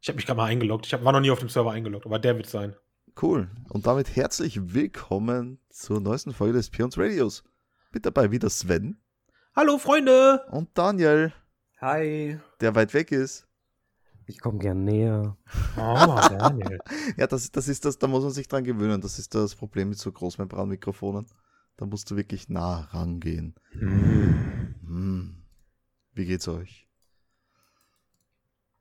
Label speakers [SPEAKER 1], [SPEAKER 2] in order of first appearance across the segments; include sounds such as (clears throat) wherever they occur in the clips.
[SPEAKER 1] Ich habe mich gerade mal eingeloggt. Ich hab, war noch nie auf dem Server eingeloggt, aber der wird sein.
[SPEAKER 2] Cool. Und damit herzlich willkommen zur neuesten Folge des Pions Radios. Mit dabei wieder Sven
[SPEAKER 1] Hallo, Freunde!
[SPEAKER 2] und Daniel,
[SPEAKER 3] Hi.
[SPEAKER 2] der weit weg ist.
[SPEAKER 3] Ich komme gern näher.
[SPEAKER 1] (laughs) Oh, Daniel.
[SPEAKER 2] Ja, das, das ist das, da muss man sich dran gewöhnen. Das ist das Problem mit so Großmembranmikrofonen. Da musst du wirklich nah rangehen. Hm. Wie geht's euch?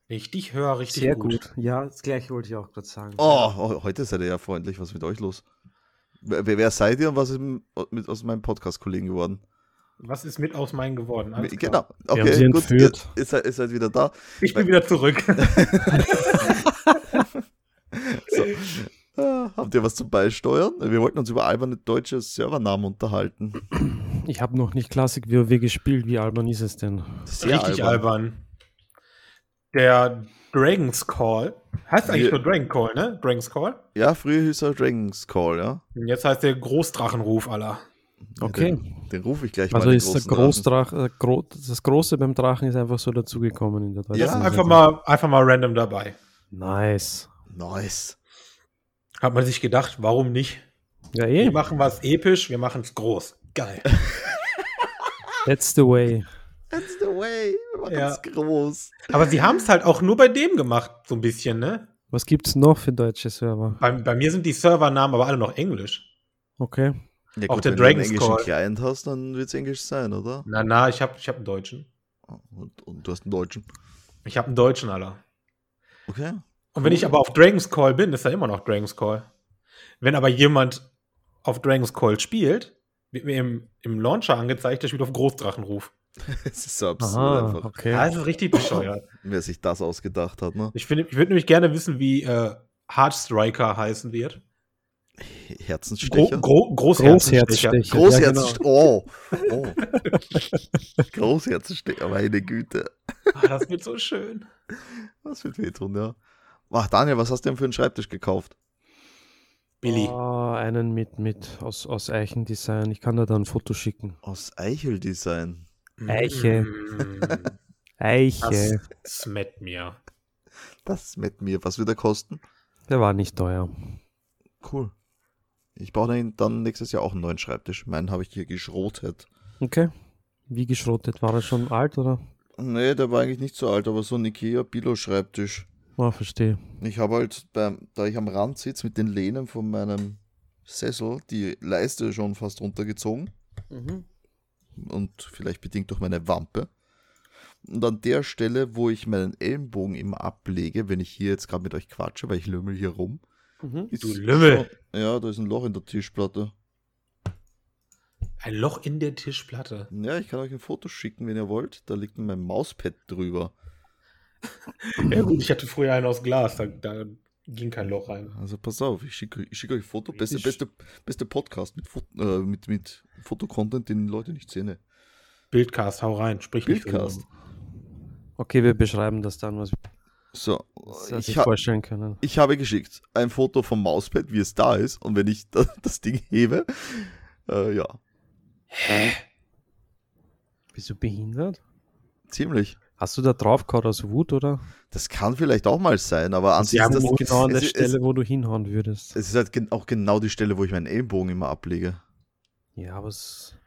[SPEAKER 1] richtig höre, richtig
[SPEAKER 3] Sehr
[SPEAKER 1] gut.
[SPEAKER 3] gut. Ja, das gleiche wollte ich auch gerade sagen.
[SPEAKER 2] Oh, oh, heute seid ihr ja freundlich. Was ist mit euch los? Wer, wer seid ihr und was ist m- mit, aus meinem Podcast-Kollegen geworden?
[SPEAKER 1] Was ist mit aus meinen geworden? Alles klar.
[SPEAKER 2] Genau. Okay,
[SPEAKER 3] haben sie
[SPEAKER 2] gut. Ihr,
[SPEAKER 3] entführt.
[SPEAKER 2] ihr, seid, ihr seid wieder da.
[SPEAKER 1] Ich bin wieder zurück.
[SPEAKER 2] (laughs) So. Äh, Habt ihr was zum Beisteuern? Wir wollten uns über alberne deutsche Servernamen unterhalten.
[SPEAKER 4] Ich habe noch nicht Classic WoW gespielt. Wie albern ist es denn?
[SPEAKER 2] (laughs) Sehr
[SPEAKER 1] richtig albern. Der Dragon's Call. Heißt eigentlich
[SPEAKER 2] Wir-
[SPEAKER 1] nur Dragon Call, ne? Dragon's Call.
[SPEAKER 2] Ja, früher hieß er Dragon's Call, ja.
[SPEAKER 1] Und jetzt heißt der Großdrachenruf aller.
[SPEAKER 4] Okay.
[SPEAKER 2] Den, den rufe ich gleich
[SPEAKER 4] also
[SPEAKER 2] den
[SPEAKER 4] ist der
[SPEAKER 2] großen Namen.
[SPEAKER 4] Großdrach, äh, Gro das Große beim Drachen ist einfach so dazugekommen in der
[SPEAKER 1] Ja,
[SPEAKER 2] Ja,
[SPEAKER 1] also.
[SPEAKER 4] deutschen
[SPEAKER 1] einfach
[SPEAKER 4] Version.
[SPEAKER 1] mal, einfach mal random dabei.
[SPEAKER 4] Nice.
[SPEAKER 2] Nice.
[SPEAKER 1] Hat man sich gedacht, warum nicht?
[SPEAKER 4] Ja,
[SPEAKER 1] Wir
[SPEAKER 4] eh.
[SPEAKER 1] machen was episch, wir machen es groß. Geil.
[SPEAKER 4] That's the way.
[SPEAKER 2] That's the way. Wir machen
[SPEAKER 1] Ja.
[SPEAKER 2] es groß.
[SPEAKER 1] Aber sie haben es halt auch nur bei dem gemacht, so ein bisschen, ne?
[SPEAKER 4] Was gibt's noch für deutsche Server?
[SPEAKER 1] Bei, bei mir sind die Servernamen aber alle noch Englisch.
[SPEAKER 4] Okay.
[SPEAKER 2] Ja,
[SPEAKER 1] Auch der
[SPEAKER 2] wenn du einen
[SPEAKER 1] Dragon's
[SPEAKER 2] englischen
[SPEAKER 1] Call.
[SPEAKER 2] Client hast, dann wird es englisch sein, oder?
[SPEAKER 1] Na, na, ich hab, ich hab einen Deutschen.
[SPEAKER 2] Und, und du hast einen deutschen.
[SPEAKER 1] Ich hab einen Deutschen, aller.
[SPEAKER 2] Okay. (laughs)
[SPEAKER 1] Und wenn ich aber auf Dragon's Call bin, ist er immer noch Dragon's Call. Wenn aber jemand auf Dragon's Call spielt, wird mir im, im Launcher angezeigt, der spielt auf Großdrachenruf.
[SPEAKER 2] Es ist so absurd
[SPEAKER 4] Aha,
[SPEAKER 2] einfach.
[SPEAKER 4] okay.
[SPEAKER 1] Ja, das ist richtig bescheuert.
[SPEAKER 2] Wer sich das ausgedacht hat, ne?
[SPEAKER 1] Ich, finde- ich würde nämlich gerne wissen, wie äh, Hardstriker heißen wird. Gro genau.
[SPEAKER 2] Herzensstecher.
[SPEAKER 1] gro Großherzstecher.
[SPEAKER 4] Großherzstecher. genau.
[SPEAKER 1] (laughs)
[SPEAKER 2] Großherzenstecher. Oh. oh. Großherzenstecher, meine Güte.
[SPEAKER 1] Ah, das wird so schön.
[SPEAKER 2] Das wird wehtun, ja. Ach, Daniel, was hast du denn für einen Schreibtisch gekauft?
[SPEAKER 1] Billy.
[SPEAKER 4] Ah, einen mit, mit aus, aus Eichendesign. Ich kann da dann ein Foto schicken.
[SPEAKER 2] Aus Eicheldesign.
[SPEAKER 4] Eiche.
[SPEAKER 1] Mm,
[SPEAKER 4] Eiche.
[SPEAKER 1] Das smet mir.
[SPEAKER 2] Das mit mir. Was wird er kosten?
[SPEAKER 4] Der war nicht teuer.
[SPEAKER 2] Cool. Ich brauche dann- dann nächstes Jahr auch einen neuen Schreibtisch. Meinen habe ich hier geschrotet.
[SPEAKER 4] Okay. Wie geschrottet? War er schon alt oder?
[SPEAKER 2] Nee, der war eigentlich nicht so alt, aber so ein Ikea-Bilo-Schreibtisch.
[SPEAKER 4] Ah, verstehe.
[SPEAKER 2] Ich habe halt, beim, da ich am Rand sitze mit den Lehnen von meinem Sessel, die Leiste schon fast runtergezogen. Mhm. und vielleicht bedingt durch meine Wampe. Und an der Stelle, wo ich meinen Ellenbogen immer ablege, wenn ich hier jetzt gerade mit euch quatsche, weil ich lümmel hier rum.
[SPEAKER 4] Mhm.
[SPEAKER 2] Ist,
[SPEAKER 1] Du Lümmel.
[SPEAKER 2] Ja, da ist ein Loch in der Tischplatte.
[SPEAKER 1] Ein Loch in der Tischplatte.
[SPEAKER 2] Ja, ich kann euch ein Foto schicken, wenn ihr wollt. Da liegt mein Mauspad drüber.
[SPEAKER 1] Ja gut, ich hatte früher einen aus Glas, da, da ging kein Loch rein.
[SPEAKER 2] Also passt auf, ich schicke ich schick euch ein Foto. Beste,
[SPEAKER 1] Richtig.
[SPEAKER 2] beste, beste Podcast mit, Fot äh, mit, mit Fotocontent, den Leute nicht sehen. ne?
[SPEAKER 1] Bildcast, hau rein, sprich nicht
[SPEAKER 2] Bildcast.
[SPEAKER 1] so rum.
[SPEAKER 4] Okay, wir beschreiben das dann, was
[SPEAKER 2] So,
[SPEAKER 4] wir uns
[SPEAKER 2] ich,
[SPEAKER 4] sich
[SPEAKER 2] ha
[SPEAKER 4] vorstellen können.
[SPEAKER 2] ich habe geschickt ein Foto vom Mauspad, wie es da ist. Und wenn ich (laughs) da, das Ding hebe, äh, ja,
[SPEAKER 4] Bist du behindert?
[SPEAKER 2] ziemlich.
[SPEAKER 4] Hast du da drauf gehauen aus Wut, oder?
[SPEAKER 2] Das kann vielleicht auch mal sein, aber an sich
[SPEAKER 1] haben
[SPEAKER 2] ist das
[SPEAKER 1] wohl
[SPEAKER 4] genau an der
[SPEAKER 2] es,
[SPEAKER 4] Stelle, wo du hinhauen würdest.
[SPEAKER 2] Es, es ist halt gen- auch genau die Stelle, wo ich meinen Ellenbogen immer ablege.
[SPEAKER 4] ja, aber es,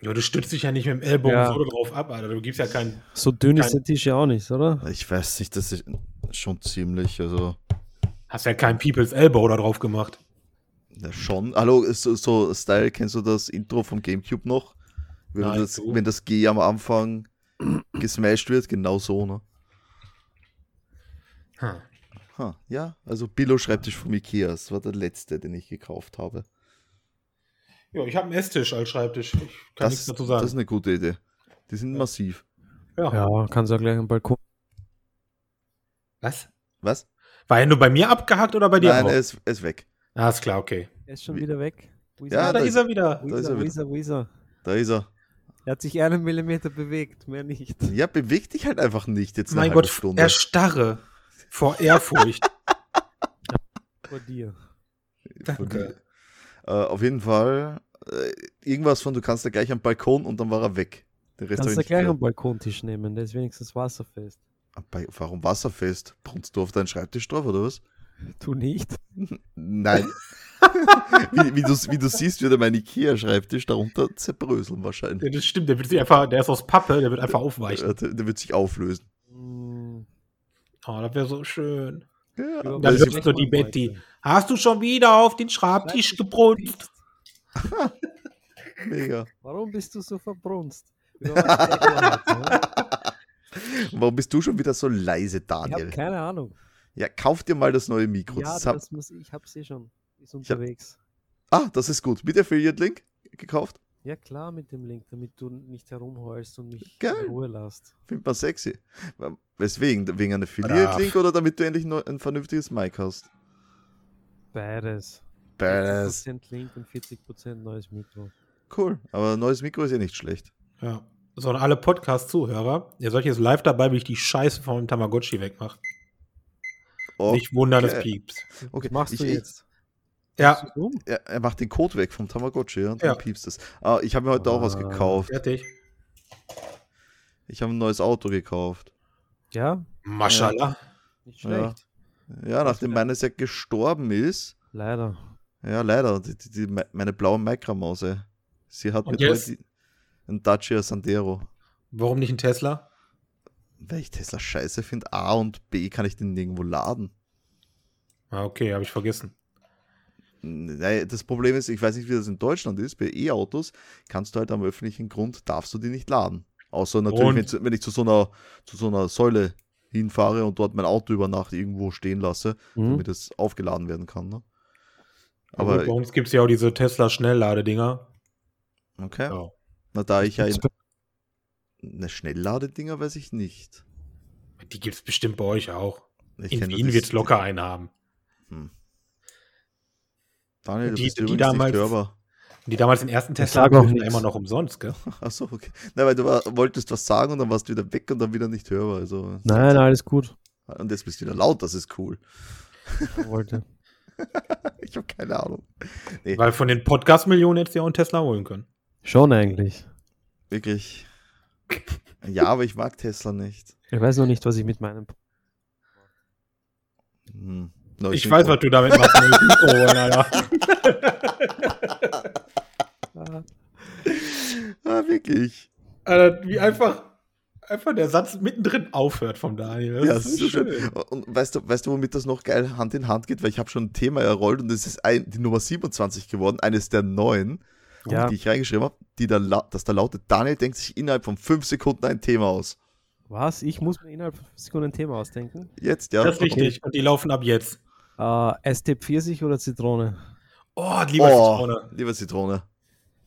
[SPEAKER 1] Ja, du stützt dich ja nicht mit dem Ellbogen
[SPEAKER 4] Ja.
[SPEAKER 1] so drauf ab, Alter. Du gibst ja keinen.
[SPEAKER 4] so dünn ist
[SPEAKER 1] Kein-
[SPEAKER 4] der Tisch ja auch nicht, oder?
[SPEAKER 2] Ich weiß nicht, das ist schon ziemlich, also
[SPEAKER 1] Hast ja keinen People's Elbow da drauf gemacht.
[SPEAKER 2] ja, schon. Hallo, ist so, so Style, kennst du das Intro vom Gamecube noch? Wenn,
[SPEAKER 1] Nein,
[SPEAKER 2] das,
[SPEAKER 1] du.
[SPEAKER 2] wenn das G am Anfang gesmashed wird, genau so, ne?
[SPEAKER 1] Hm.
[SPEAKER 2] Ha, ja, also Billo-Schreibtisch vom Ikea, das war der letzte, den ich gekauft habe.
[SPEAKER 1] Ja, ich habe einen Esstisch als Schreibtisch. Ich kann nichts
[SPEAKER 2] Das,
[SPEAKER 1] dazu
[SPEAKER 2] das ist
[SPEAKER 1] sagen.
[SPEAKER 2] eine gute Idee. Die sind massiv.
[SPEAKER 1] Ja.
[SPEAKER 4] Ja, kannst auch gleich am Balkon.
[SPEAKER 1] Was?
[SPEAKER 2] Was?
[SPEAKER 1] War er nur bei mir abgehackt oder bei dir
[SPEAKER 2] Nein,
[SPEAKER 1] auch?
[SPEAKER 2] er ist, er ist weg.
[SPEAKER 1] ah, ist klar, okay.
[SPEAKER 4] Er ist schon
[SPEAKER 2] Wie-
[SPEAKER 4] wieder weg. Wo ist
[SPEAKER 2] Ja,
[SPEAKER 4] er?
[SPEAKER 1] Ah, da
[SPEAKER 2] da
[SPEAKER 1] ist er wieder.
[SPEAKER 4] Wo
[SPEAKER 2] da
[SPEAKER 4] ist
[SPEAKER 2] ist
[SPEAKER 4] er,
[SPEAKER 2] er
[SPEAKER 4] wo
[SPEAKER 2] wieder.
[SPEAKER 4] ist er, wo ist er?
[SPEAKER 2] Da ist er.
[SPEAKER 4] Er hat sich einen Millimeter bewegt, mehr nicht.
[SPEAKER 2] Ja, beweg dich halt einfach nicht jetzt eine
[SPEAKER 1] Mein
[SPEAKER 2] halbe
[SPEAKER 1] Gott,
[SPEAKER 2] Stunde.
[SPEAKER 1] erstarre vor
[SPEAKER 2] (laughs)
[SPEAKER 1] Ehrfurcht.
[SPEAKER 4] Vor dir.
[SPEAKER 1] Danke.
[SPEAKER 2] Äh, auf jeden Fall äh, irgendwas von, du kannst da gleich am Balkon und dann war er weg. Den Rest
[SPEAKER 4] Kannst
[SPEAKER 2] habe ich
[SPEAKER 4] du
[SPEAKER 2] nicht
[SPEAKER 4] gleich
[SPEAKER 2] gehört.
[SPEAKER 4] am Balkontisch nehmen, der ist wenigstens wasserfest.
[SPEAKER 2] Bei, warum wasserfest? Brunst du auf deinen Schreibtisch drauf, oder was?
[SPEAKER 4] Du nicht?
[SPEAKER 2] Nein.
[SPEAKER 4] (laughs)
[SPEAKER 2] wie, wie, du, wie du siehst, wird mein Ikea-Schreibtisch darunter zerbröseln wahrscheinlich.
[SPEAKER 1] Ja, das stimmt, der, wird sich einfach, der ist aus Pappe, der wird einfach aufweichen.
[SPEAKER 2] Äh, Der, der wird sich auflösen.
[SPEAKER 4] Mm.
[SPEAKER 2] Äh.
[SPEAKER 1] Oh, das wäre so schön.
[SPEAKER 2] Ja,
[SPEAKER 4] Ja,
[SPEAKER 1] Dann
[SPEAKER 2] aber
[SPEAKER 4] das
[SPEAKER 2] sie,
[SPEAKER 1] wird so die Betty. Hast du schon wieder auf den Schreibtisch gebrunst?
[SPEAKER 2] mega.
[SPEAKER 4] Warum bist du
[SPEAKER 2] (laughs)
[SPEAKER 4] so verbrunst? Wir waren-
[SPEAKER 2] Warum bist du schon wieder so leise,
[SPEAKER 4] ich habe
[SPEAKER 2] Daniel?
[SPEAKER 4] keine Ahnung.
[SPEAKER 2] Ja, kauf dir mal das neue Mikro.
[SPEAKER 4] Ja,
[SPEAKER 2] das hab,
[SPEAKER 4] das muss ich, ich hab's eh schon. Ist
[SPEAKER 2] hab-
[SPEAKER 4] unterwegs.
[SPEAKER 2] ah, das ist gut. Mit Affiliate-Link gekauft.
[SPEAKER 4] Ja klar, mit dem Link, damit du nicht herumheulst und mich
[SPEAKER 2] Geil.
[SPEAKER 4] in Ruhe lässt.
[SPEAKER 2] Find man sexy. Weswegen? Wegen einem Affiliate-Link oder damit du endlich noch ein vernünftiges Mic hast?
[SPEAKER 4] Beides.
[SPEAKER 2] Badass.
[SPEAKER 4] 40% Link und 40% neues Mikro.
[SPEAKER 2] Cool. Aber ein neues Mikro ist ja nicht schlecht.
[SPEAKER 1] Ja. So, und alle Podcast-Zuhörer, ihr seid jetzt live dabei, wie ich die Scheiße von meinem Tamagotchi wegmache.
[SPEAKER 2] Oh,
[SPEAKER 1] Nicht wundern, es
[SPEAKER 2] okay.
[SPEAKER 1] piepst.
[SPEAKER 2] okay.
[SPEAKER 4] Was machst
[SPEAKER 2] ich,
[SPEAKER 4] du
[SPEAKER 2] ich,
[SPEAKER 4] jetzt?
[SPEAKER 1] Ja,
[SPEAKER 4] Bist du dumm?
[SPEAKER 2] er, er macht den Code weg vom Tamagotchi ja, und
[SPEAKER 1] Ja.
[SPEAKER 2] dann piepst es. Ah, ich habe mir heute auch was
[SPEAKER 4] Ah.
[SPEAKER 2] gekauft.
[SPEAKER 1] fertig.
[SPEAKER 2] Ich habe ein neues Auto gekauft.
[SPEAKER 4] Ja,
[SPEAKER 1] Maschallah.
[SPEAKER 4] nicht schlecht.
[SPEAKER 2] Ja, nachdem meines ja gestorben ist.
[SPEAKER 4] Leider.
[SPEAKER 2] Ja, leider. Die, die, die, me- meine blaue Micromaus, ey. Sie hat
[SPEAKER 1] Und
[SPEAKER 2] mir
[SPEAKER 1] jetzt?
[SPEAKER 2] heute einen Dacia Sandero.
[SPEAKER 1] Warum nicht ein Tesla?
[SPEAKER 2] Weil ich Tesla scheiße finde. A und B kann ich den nirgendwo laden.
[SPEAKER 1] Ah, okay, habe ich vergessen.
[SPEAKER 2] Naja, das Problem ist, ich weiß nicht, wie das in Deutschland ist. Bei E-Autos kannst du halt am öffentlichen Grund, darfst du die nicht laden. Außer natürlich,
[SPEAKER 1] Und?
[SPEAKER 2] wenn, zu- wenn ich zu so, einer, zu so einer Säule hinfahre und dort mein Auto über Nacht irgendwo stehen lasse,
[SPEAKER 4] Hm?
[SPEAKER 2] damit es aufgeladen werden kann. Ne?
[SPEAKER 1] Aber
[SPEAKER 2] Aber,
[SPEAKER 1] bei uns gibt es ja auch diese Tesla-Schnellladedinger.
[SPEAKER 2] okay.
[SPEAKER 1] Ja.
[SPEAKER 2] Na, da ich ja in,
[SPEAKER 4] Gibt's bei-
[SPEAKER 2] eine Schnellladedinger weiß ich nicht.
[SPEAKER 1] Die gibt es bestimmt bei euch auch.
[SPEAKER 2] Ich
[SPEAKER 1] In
[SPEAKER 2] kenn nur
[SPEAKER 1] Wien
[SPEAKER 2] das-
[SPEAKER 1] wird es locker einen haben.
[SPEAKER 2] Daniel, du
[SPEAKER 1] Die-
[SPEAKER 2] bist
[SPEAKER 1] die
[SPEAKER 2] übrigens
[SPEAKER 1] damals-
[SPEAKER 2] nicht hörbar. (laughs)
[SPEAKER 1] Und die damals den ersten Tesla
[SPEAKER 4] sag auch
[SPEAKER 1] hatten, die sind
[SPEAKER 4] nichts.
[SPEAKER 1] immer noch umsonst, gell?
[SPEAKER 2] Achso, okay. Na, weil du war, wolltest was sagen und dann warst du wieder weg und dann wieder nicht hörbar. Also,
[SPEAKER 4] Nein, alles gut.
[SPEAKER 2] Und jetzt bist du wieder laut, das ist cool. (laughs)
[SPEAKER 4] Ich wollte.
[SPEAKER 2] Ich habe keine Ahnung. Ja.
[SPEAKER 1] Weil von den Podcast-Millionen hättest du ja auch einen Tesla holen können.
[SPEAKER 4] Schon eigentlich.
[SPEAKER 2] Wirklich. Ja, aber ich mag Tesla nicht.
[SPEAKER 4] Ich weiß noch nicht, was ich mit meinem.
[SPEAKER 2] Hm. Neues
[SPEAKER 1] Ich
[SPEAKER 2] Mikro.
[SPEAKER 1] weiß, was du damit machst. mit dem Mikro holen, Alter.
[SPEAKER 4] Ah,
[SPEAKER 2] Ah, wirklich.
[SPEAKER 1] Alter, wie einfach, einfach der Satz mittendrin aufhört vom Daniel.
[SPEAKER 2] ja, das ist so schön. Und weißt du, weißt du, womit das noch geil Hand in Hand geht? Weil ich habe schon ein Thema errollt und es ist ein, die Nummer 27 geworden, eines der neun,
[SPEAKER 4] ja,
[SPEAKER 2] die ich reingeschrieben habe, die da, la- dass der laute Daniel denkt sich innerhalb von fünf Sekunden ein Thema aus.
[SPEAKER 4] was? Ich muss mir innerhalb von fünf Sekunden ein Thema ausdenken.
[SPEAKER 2] Jetzt, ja.
[SPEAKER 1] Das ist richtig. Und die laufen ab jetzt.
[SPEAKER 4] Äh, ST Pfirsich oder Zitrone?
[SPEAKER 1] Oh,
[SPEAKER 2] Lieber
[SPEAKER 1] lieber
[SPEAKER 2] oh,
[SPEAKER 1] Zitrone.
[SPEAKER 2] Zitrone. Lieber Zitrone.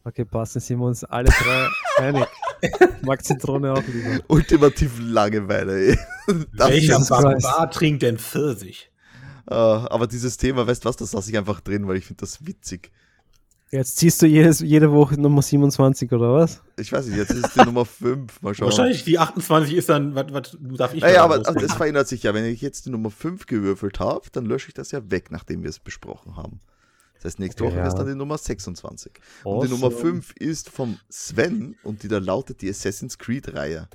[SPEAKER 4] Okay, passt, dann sind wir uns alle (laughs) drei einig. Ich mag Zitrone auch lieber.
[SPEAKER 2] Ultimativ Langeweile. ey. (laughs) Das
[SPEAKER 1] Welcher
[SPEAKER 4] Jesus
[SPEAKER 1] Barbar trinkt denn Pfirsich?
[SPEAKER 2] Äh, aber dieses Thema, weißt du was, das lasse ich einfach drin, weil ich finde das witzig.
[SPEAKER 4] Jetzt ziehst du jedes, jede Woche Nummer 27 oder was?
[SPEAKER 2] Ich weiß nicht, jetzt ist es die Nummer 5. Mal schauen.
[SPEAKER 1] Wahrscheinlich die 28 ist dann, was, was darf ich
[SPEAKER 2] Naja,
[SPEAKER 1] da
[SPEAKER 2] aber
[SPEAKER 1] raus-
[SPEAKER 2] also das verändert sich ja. Wenn ich jetzt die Nummer 5 gewürfelt habe, dann lösche ich das ja weg, nachdem wir es besprochen haben. Das heißt, nächste
[SPEAKER 4] Okay,
[SPEAKER 2] Woche ist
[SPEAKER 4] ja.
[SPEAKER 2] dann die Nummer 26. Und die Nummer 5 ist vom Sven und die da lautet die Assassin's Creed-Reihe.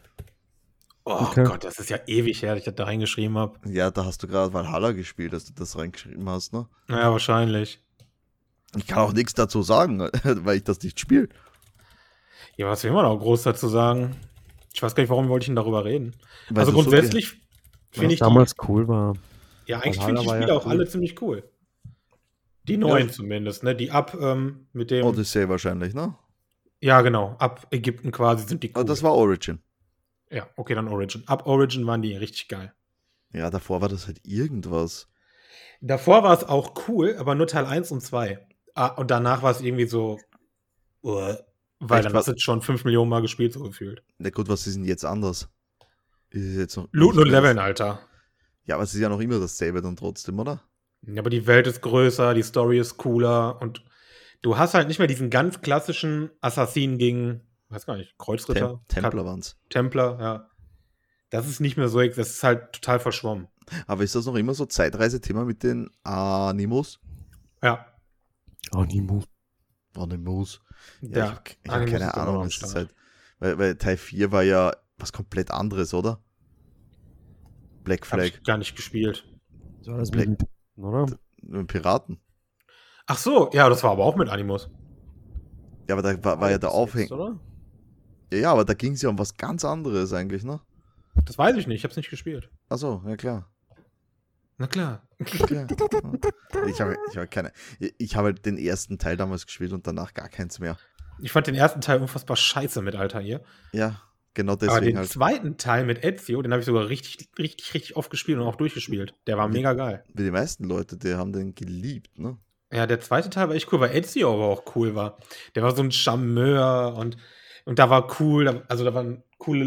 [SPEAKER 1] Oh
[SPEAKER 4] Okay.
[SPEAKER 1] Gott, das ist ja ewig her, dass ich das da reingeschrieben habe.
[SPEAKER 2] Ja, da hast du gerade Valhalla gespielt, dass du das reingeschrieben hast, ne?
[SPEAKER 1] Naja, wahrscheinlich.
[SPEAKER 2] Ich kann auch nichts dazu sagen, (laughs) weil ich das nicht spiele.
[SPEAKER 1] Ja, was will man auch groß dazu sagen? Ich weiß gar nicht, warum wollte ich denn darüber reden?
[SPEAKER 2] Weil
[SPEAKER 1] also
[SPEAKER 2] du so-
[SPEAKER 1] grundsätzlich finde ich,
[SPEAKER 4] Was damals cool war.
[SPEAKER 1] die, ja, eigentlich
[SPEAKER 4] Valhalla
[SPEAKER 1] finde ich die
[SPEAKER 4] war ja
[SPEAKER 1] Spiele auch
[SPEAKER 4] cool.
[SPEAKER 1] alle ziemlich cool. Die neuen
[SPEAKER 2] Ja. Oh,
[SPEAKER 1] zumindest, ne? Die ab ähm, mit dem,
[SPEAKER 2] Odyssey wahrscheinlich, ne?
[SPEAKER 1] ja genau, ab Ägypten quasi sind die
[SPEAKER 2] Oh,
[SPEAKER 1] cool.
[SPEAKER 2] das war Origin.
[SPEAKER 1] ja, okay, dann Origin. Ab Origin waren die richtig geil.
[SPEAKER 2] Ja, davor war das halt irgendwas.
[SPEAKER 1] Davor war es auch cool, aber nur Teil 1 und 2. Ah, und danach war es irgendwie so, uh, weil
[SPEAKER 2] Echt,
[SPEAKER 1] dann
[SPEAKER 2] wa-
[SPEAKER 1] hast du es schon 5 Millionen Mal gespielt, so gefühlt.
[SPEAKER 2] Na gut, was ist denn jetzt anders? Ist es jetzt noch
[SPEAKER 1] Looten und
[SPEAKER 2] nicht-
[SPEAKER 1] Leveln, Alter.
[SPEAKER 2] Ja, aber es ist ja noch immer dasselbe dann trotzdem, oder?
[SPEAKER 1] Ja, aber die Welt ist größer, die Story ist cooler und du hast halt nicht mehr diesen ganz klassischen Assassinen gegen, weiß gar nicht, Kreuzritter,
[SPEAKER 2] Tem Templer waren's.
[SPEAKER 1] Ka- Templer, ja. Das ist nicht mehr so, ex- das ist halt total verschwommen.
[SPEAKER 2] Aber ist das noch immer so Zeitreisethema mit den Animus?
[SPEAKER 1] Ja.
[SPEAKER 4] Animus.
[SPEAKER 2] Animus. Ja, ich
[SPEAKER 1] der
[SPEAKER 2] hab, ich hab
[SPEAKER 1] Animus
[SPEAKER 2] keine
[SPEAKER 1] ist immer noch
[SPEAKER 2] Ahnung,
[SPEAKER 1] am
[SPEAKER 2] was das
[SPEAKER 1] Start.
[SPEAKER 2] halt. Weil, weil Teil 4 war ja was komplett anderes, oder? Black
[SPEAKER 1] Hab
[SPEAKER 2] Flag.
[SPEAKER 1] ich gar nicht gespielt.
[SPEAKER 4] Das war das
[SPEAKER 2] Black-
[SPEAKER 4] mit dem, oder?
[SPEAKER 2] Piraten.
[SPEAKER 1] Ach so, ja, das war aber auch mit Animus.
[SPEAKER 2] Ja, aber da
[SPEAKER 1] Ah,
[SPEAKER 2] war, war ja der Aufhänger.
[SPEAKER 4] Oder?
[SPEAKER 2] Ja, ja, aber da ging es ja um was ganz anderes eigentlich, ne?
[SPEAKER 1] Das weiß ich nicht, ich hab's nicht gespielt.
[SPEAKER 2] Achso, ja klar.
[SPEAKER 1] Na klar.
[SPEAKER 2] klar. Ja. (laughs) Ich habe ich hab keine. Ich habe halt den ersten Teil damals gespielt und danach gar keins mehr.
[SPEAKER 1] Ich fand den ersten Teil unfassbar scheiße mit Alter hier.
[SPEAKER 2] Ja, genau
[SPEAKER 1] Aber Ah, den
[SPEAKER 2] deswegen halt.
[SPEAKER 1] zweiten Teil mit Ezio, den habe ich sogar richtig, richtig, richtig oft gespielt und auch durchgespielt. Der war mega geil.
[SPEAKER 2] Wie die meisten Leute, die haben den geliebt, ne?
[SPEAKER 1] Ja, der zweite Teil war echt cool, weil Ezio aber auch cool war. Der war so ein Charmeur und, und da war cool, da- also da waren coole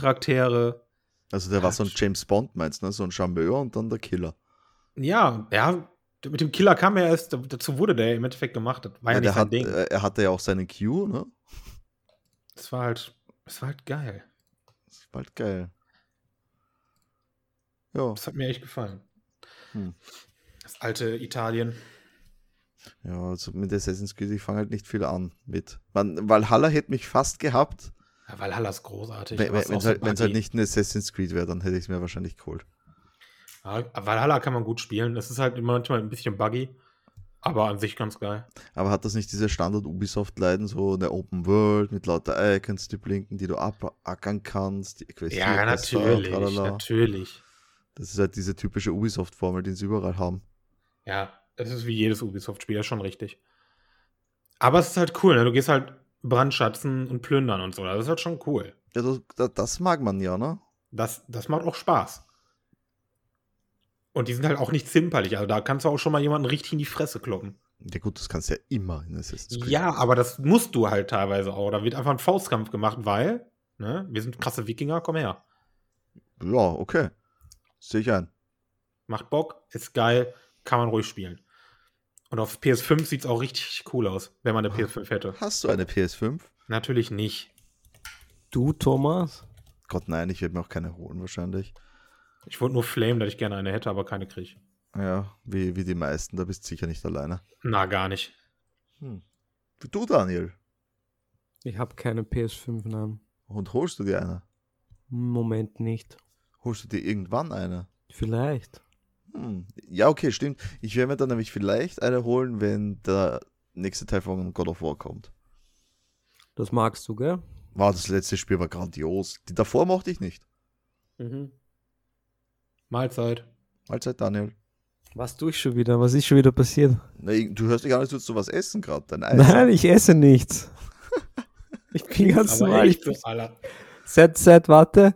[SPEAKER 1] Nebencharaktere.
[SPEAKER 2] Also der war so ein James Bond, meinst du, ne? So ein Charmeur und dann der Killer.
[SPEAKER 1] Ja, ja, mit dem Killer kam er erst, dazu wurde der im Endeffekt gemacht. Das war ja,
[SPEAKER 2] der
[SPEAKER 1] nicht sein
[SPEAKER 2] hat,
[SPEAKER 1] Ding.
[SPEAKER 2] äh, er hatte ja auch seine Q, ne?
[SPEAKER 1] Das war halt, das war halt geil.
[SPEAKER 2] Das ist bald geil. Ja,
[SPEAKER 1] Das hat mir echt gefallen.
[SPEAKER 2] Hm.
[SPEAKER 1] Das alte Italien.
[SPEAKER 2] ja also mit Assassin's Creed, ich fange halt nicht viel an mit. Man, Valhalla hätte mich fast gehabt,
[SPEAKER 1] Ja, Valhalla ist großartig.
[SPEAKER 2] wenn
[SPEAKER 1] aber ist
[SPEAKER 2] es
[SPEAKER 1] auch so
[SPEAKER 2] halt, wenn's halt
[SPEAKER 1] buggy.
[SPEAKER 2] nicht ein Assassin's Creed wäre, dann hätte ich es mir wahrscheinlich geholt.
[SPEAKER 1] Ja, Valhalla kann man gut spielen. Das ist halt manchmal ein bisschen buggy, aber an sich ganz geil.
[SPEAKER 2] Aber hat das nicht diese Standard-Ubisoft-Leiden, so eine Open World mit lauter Icons, die blinken, die du abackern kannst? Die Quest hier,
[SPEAKER 1] Ja,
[SPEAKER 2] Quest da,
[SPEAKER 1] natürlich,
[SPEAKER 2] tralala.
[SPEAKER 1] natürlich.
[SPEAKER 2] Das ist halt diese typische Ubisoft-Formel, die sie überall haben.
[SPEAKER 1] Ja, das ist wie jedes Ubisoft-Spiel, das ist schon richtig. Aber es ist halt cool, ne? Du gehst halt brandschatzen und plündern und so. Das ist halt schon cool.
[SPEAKER 2] Ja, das, da- das mag man ja, ne?
[SPEAKER 1] Das, das macht auch Spaß. Und die sind halt auch nicht zimperlich. Also da kannst du auch schon mal jemanden richtig in die Fresse kloppen.
[SPEAKER 2] Ja gut, das kannst du ja immer in Assassin's Creed.
[SPEAKER 1] Ja, aber das musst du halt teilweise auch. Da wird einfach ein Faustkampf gemacht, weil, ne, wir sind krasse Wikinger, komm her.
[SPEAKER 2] Ja, okay. Sehe ich ein.
[SPEAKER 1] Macht Bock, ist geil, kann man ruhig spielen. Und auf PS5 sieht es auch richtig cool aus, wenn man eine PS5 hätte.
[SPEAKER 2] Hast du eine PS5?
[SPEAKER 1] Natürlich nicht.
[SPEAKER 4] Du, Thomas?
[SPEAKER 2] Gott, nein, ich werde mir auch keine holen wahrscheinlich.
[SPEAKER 1] Ich wollte nur flamen, dass ich gerne eine hätte, aber keine kriege.
[SPEAKER 2] Ja, wie, wie die meisten, da bist du sicher nicht alleine.
[SPEAKER 1] Na, gar nicht.
[SPEAKER 2] Wie du, Daniel.
[SPEAKER 4] Ich habe keine PS5, nein.
[SPEAKER 2] Und holst du dir eine?
[SPEAKER 4] Im Moment nicht.
[SPEAKER 2] Holst du dir irgendwann eine?
[SPEAKER 4] Vielleicht.
[SPEAKER 2] Hm. Ja, okay, stimmt. Ich werde mir dann nämlich vielleicht eine holen, wenn der nächste Teil von God of War kommt.
[SPEAKER 4] Das magst du, gell?
[SPEAKER 2] Wow, das letzte Spiel war grandios. Die davor mochte ich nicht.
[SPEAKER 4] Mhm.
[SPEAKER 1] Mahlzeit.
[SPEAKER 2] Mahlzeit, Daniel.
[SPEAKER 4] Was tue ich schon wieder? Was ist schon wieder passiert?
[SPEAKER 2] Na, du hörst dich an, als würdest du was essen gerade. Dein
[SPEAKER 3] Also
[SPEAKER 2] Eis.
[SPEAKER 4] Nein, ich
[SPEAKER 3] (laughs)
[SPEAKER 4] esse nichts. Ich bin ganz normal. Ich
[SPEAKER 1] echt so, Alter.
[SPEAKER 4] seit, seit, warte,